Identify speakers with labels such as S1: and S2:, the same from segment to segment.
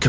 S1: Que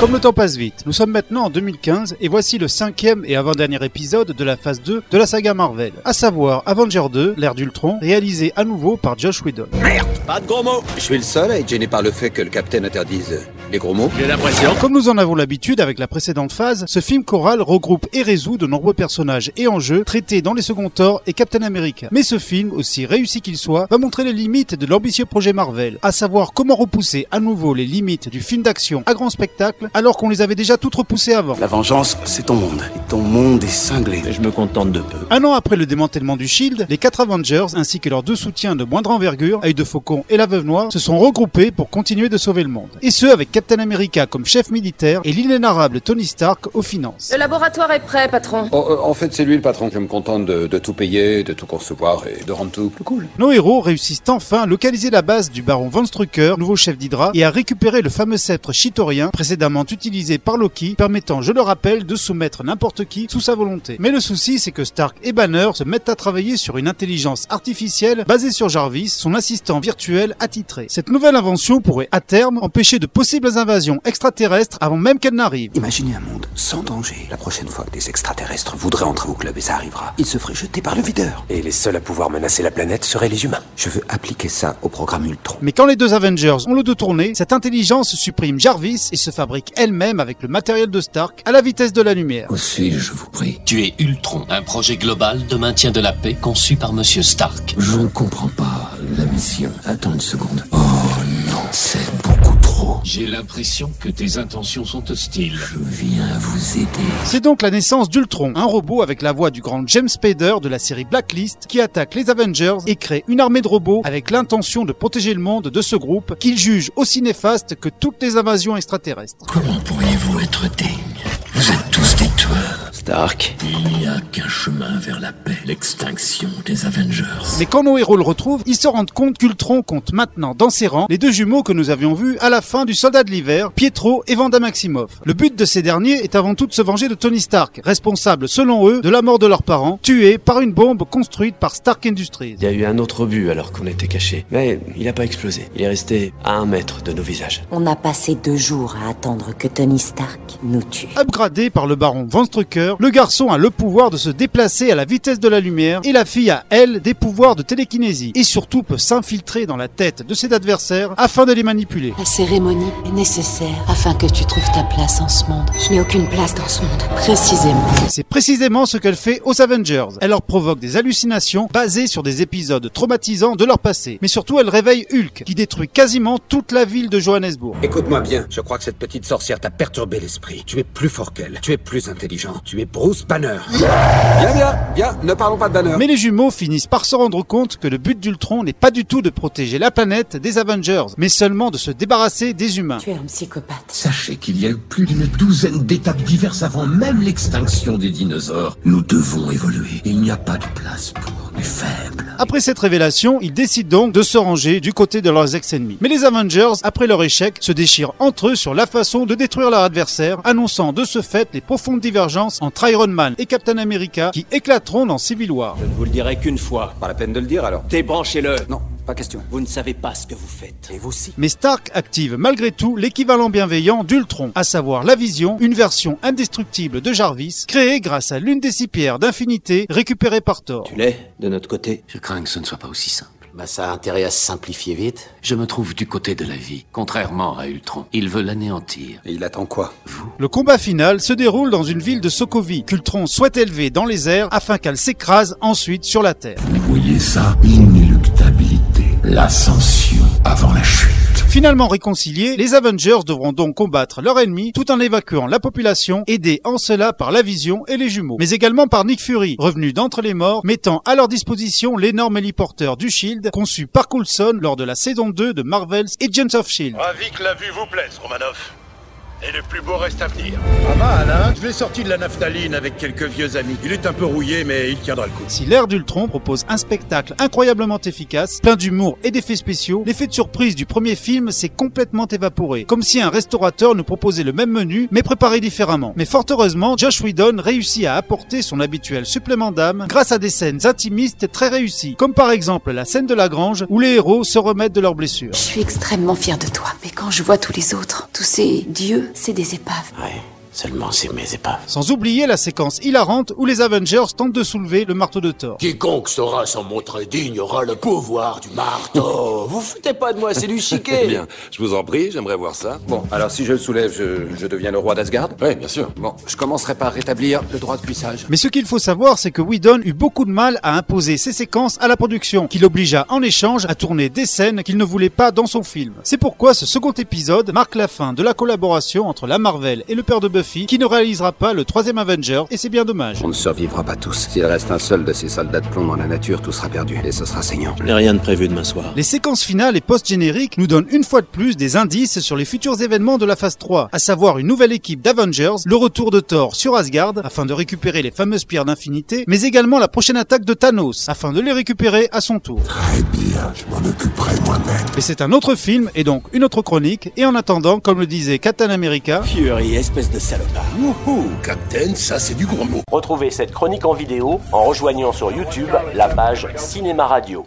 S2: Comme le temps passe vite, nous sommes maintenant en 2015 et voici le cinquième et avant-dernier épisode de la phase 2 de la saga Marvel, à savoir Avenger 2, l'ère d'Ultron, réalisé à nouveau par Josh Whedon.
S3: Pas de gros mots
S1: Je suis le seul à être gêné par le fait que le capitaine interdise les gros mots.
S3: J'ai l'impression.
S2: Comme nous en avons l'habitude avec la précédente phase, ce film choral regroupe et résout de nombreux personnages et enjeux traités dans les Second Thor et Captain America. Mais ce film, aussi réussi qu'il soit, va montrer les limites de l'ambitieux projet Marvel, à savoir comment repousser à nouveau les limites du film d'action à grand spectacle alors qu'on les avait déjà toutes repoussées avant.
S4: La vengeance, c'est ton monde. Et ton monde est cinglé.
S3: Je me contente de peu.
S2: Un an après le démantèlement du Shield, les quatre Avengers ainsi que leurs deux soutiens de moindre envergure, Œil de Faucon et la Veuve Noire, se sont regroupés pour continuer de sauver le monde. Et ce avec Captain America comme chef militaire et l'inénarrable Tony Stark aux finances.
S5: Le laboratoire est prêt, patron.
S1: Oh, euh, en fait, c'est lui le patron. Je me contente de, de tout payer, de tout concevoir et de rendre tout plus cool.
S2: Nos héros réussissent enfin à localiser la base du baron Von Strucker, nouveau chef d'Hydra, et à récupérer le fameux sceptre chitorien précédemment utilisé par Loki, permettant, je le rappelle, de soumettre n'importe qui sous sa volonté. Mais le souci, c'est que Stark et Banner se mettent à travailler sur une intelligence artificielle basée sur Jarvis, son assistant virtuel attitré. Cette nouvelle invention pourrait, à terme, empêcher de possibles invasions extraterrestres avant même qu'elles n'arrivent.
S4: Imaginez un monde sans danger.
S1: La prochaine fois que des extraterrestres voudraient entrer au club, et ça arrivera, ils se feraient jeter par le videur.
S4: Et les seuls à pouvoir menacer la planète seraient les humains.
S1: Je veux appliquer ça au programme Ultron.
S2: Mais quand les deux Avengers ont le dos tourné, cette intelligence supprime Jarvis et se fabrique elle-même avec le matériel de Stark à la vitesse de la lumière.
S1: Aussi, je vous prie.
S6: Tu es Ultron, un projet global de maintien de la paix conçu par Monsieur Stark.
S4: Je ne comprends pas la mission. Attends une seconde. Oh non, c'est beaucoup trop.
S6: J'ai l'impression que tes intentions sont hostiles.
S4: Je viens vous aider.
S2: C'est donc la naissance d'Ultron, un robot avec la voix du grand James Spader de la série Blacklist qui attaque les Avengers et crée une armée de robots avec l'intention de protéger le monde de ce groupe qu'il juge aussi néfaste que toutes les invasions extraterrestres.
S4: Comment pourriez-vous être dignes Vous êtes tous des tueurs.
S1: Stark.
S4: Il n'y a qu'un chemin vers la paix, l'extinction des Avengers.
S2: Mais quand nos héros le retrouvent, ils se rendent compte qu'Ultron compte maintenant dans ses rangs les deux jumeaux que nous avions vus à la fin du Soldat de l'Hiver, Pietro et Vanda Maximoff. Le but de ces derniers est avant tout de se venger de Tony Stark, responsable selon eux de la mort de leurs parents, tués par une bombe construite par Stark Industries.
S7: Il y a eu un autre but alors qu'on était cachés. Mais il n'a pas explosé. Il est resté à un mètre de nos visages.
S8: On a passé deux jours à attendre que Tony Stark nous tue.
S2: Upgradé par le baron Van Strucker, le garçon a le pouvoir de se déplacer à la vitesse de la lumière et la fille a, elle, des pouvoirs de télékinésie et surtout peut s'infiltrer dans la tête de ses adversaires afin de les manipuler.
S9: La cérémonie est nécessaire afin que tu trouves ta place en ce monde.
S8: Je n'ai aucune place dans ce monde.
S9: Précisément.
S2: C'est précisément ce qu'elle fait aux Avengers. Elle leur provoque des hallucinations basées sur des épisodes traumatisants de leur passé. Mais surtout, elle réveille Hulk, qui détruit quasiment toute la ville de Johannesburg.
S1: Écoute-moi bien, je crois que cette petite sorcière t'a perturbé l'esprit. Tu es plus fort qu'elle, tu es plus intelligent, tu es Bruce Banner. Bien, bien, bien, ne parlons pas de Banner.
S2: Mais les jumeaux finissent par se rendre compte que le but d'Ultron n'est pas du tout de protéger la planète des Avengers, mais seulement de se débarrasser des humains.
S8: Tu es un psychopathe.
S4: Sachez qu'il y a eu plus d'une douzaine d'étapes diverses avant même l'extinction des dinosaures. Nous devons évoluer. Il n'y a pas de place pour les faibles.
S2: Après cette révélation, ils décident donc de se ranger du côté de leurs ex-ennemis. Mais les Avengers, après leur échec, se déchirent entre eux sur la façon de détruire leur adversaire, annonçant de ce fait les profondes divergences entre Iron Man et Captain America qui éclateront dans Civil War.
S10: Je ne vous le dirai qu'une fois.
S1: Pas la peine de le dire alors.
S10: Débranchez-le.
S1: Non, pas question.
S10: Vous ne savez pas ce que vous faites. Et vous aussi.
S2: Mais Stark active malgré tout l'équivalent bienveillant d'Ultron, à savoir la vision, une version indestructible de Jarvis, créée grâce à l'une des six pierres d'infinité récupérée par Thor.
S10: Tu l'es, de notre côté
S4: Je crains que ce ne soit pas aussi simple.
S10: Bah ça a intérêt à se simplifier vite.
S6: Je me trouve du côté de la vie, contrairement à Ultron. Il veut l'anéantir.
S1: Et il attend quoi
S2: Le combat final se déroule dans une ville de Sokovie qu'Ultron souhaite élever dans les airs afin qu'elle s'écrase ensuite sur la Terre.
S4: Vous voyez ça Inéluctabilité. L'ascension avant la chute.
S2: Finalement réconciliés, les Avengers devront donc combattre leur ennemi tout en évacuant la population, aidés en cela par la vision et les jumeaux, mais également par Nick Fury, revenu d'entre les morts, mettant à leur disposition l'énorme héliporteur du Shield E conçu par Coulson lors de la saison 2 de Marvel's Agents of Shield.
S5: Ravi que la vue vous plaise, Romanoff. Et le plus beau reste à venir.
S11: Pas mal, hein Je l'ai sorti de la naphtaline avec quelques vieux amis. Il est un peu rouillé, mais il tiendra le coup.
S2: Si l'ère d'Ultron propose un spectacle incroyablement efficace, plein d'humour et d'effets spéciaux, l'effet de surprise du premier film s'est complètement évaporé, comme si un restaurateur nous proposait le même menu mais préparé différemment. Mais fort heureusement, Josh Whedon réussit à apporter son habituel supplément d'âme grâce à des scènes intimistes très réussies, comme par exemple la scène de la grange où les héros se remettent de leurs blessures.
S9: Je suis extrêmement fière de toi, mais quand je vois tous les autres, tous ces dieux, c'est des épaves.
S10: Ouais. Seulement c'est mes épaves.
S2: Sans oublier la séquence hilarante où les Avengers tentent de soulever le marteau de Thor.
S3: Quiconque saura s'en montrer digne aura le pouvoir du marteau. vous foutez pas de moi, c'est du chiquet.
S1: Bien, je vous en prie, j'aimerais voir ça. Bon, alors si je le soulève, je, je deviens le roi d'Asgard
S3: Oui, bien sûr.
S1: Bon, je commencerai par rétablir le droit de cuissage.
S2: Mais ce qu'il faut savoir, c'est que Whedon eut beaucoup de mal à imposer ces séquences à la production, qui l'obligea en échange à tourner des scènes qu'il ne voulait pas dans son film. C'est pourquoi ce second épisode marque la fin de la collaboration entre la Marvel et le père de Buffy qui ne réalisera pas le troisième Avenger, et c'est bien dommage.
S1: On ne survivra pas tous. S'il reste un seul de ces soldats de plomb dans la nature, tout sera perdu, et ce sera saignant.
S7: Je n'ai rien de prévu demain soir.
S2: Les séquences finales et post-génériques nous donnent une fois de plus des indices sur les futurs événements de la phase 3, à savoir une nouvelle équipe d'Avengers, le retour de Thor sur Asgard, afin de récupérer les fameuses pierres d'infinité, mais également la prochaine attaque de Thanos, afin de les récupérer à son tour.
S4: Très bien, je m'en occuperai moi-même.
S2: Mais c'est un autre film, et donc une autre chronique, et en attendant, comme le disait Captain America,
S10: Fury, espèce de salopard.
S4: Wouhou, Captain, ça c'est du gros mot.
S10: Retrouvez cette chronique en vidéo en rejoignant sur YouTube la page Cinéma Radio.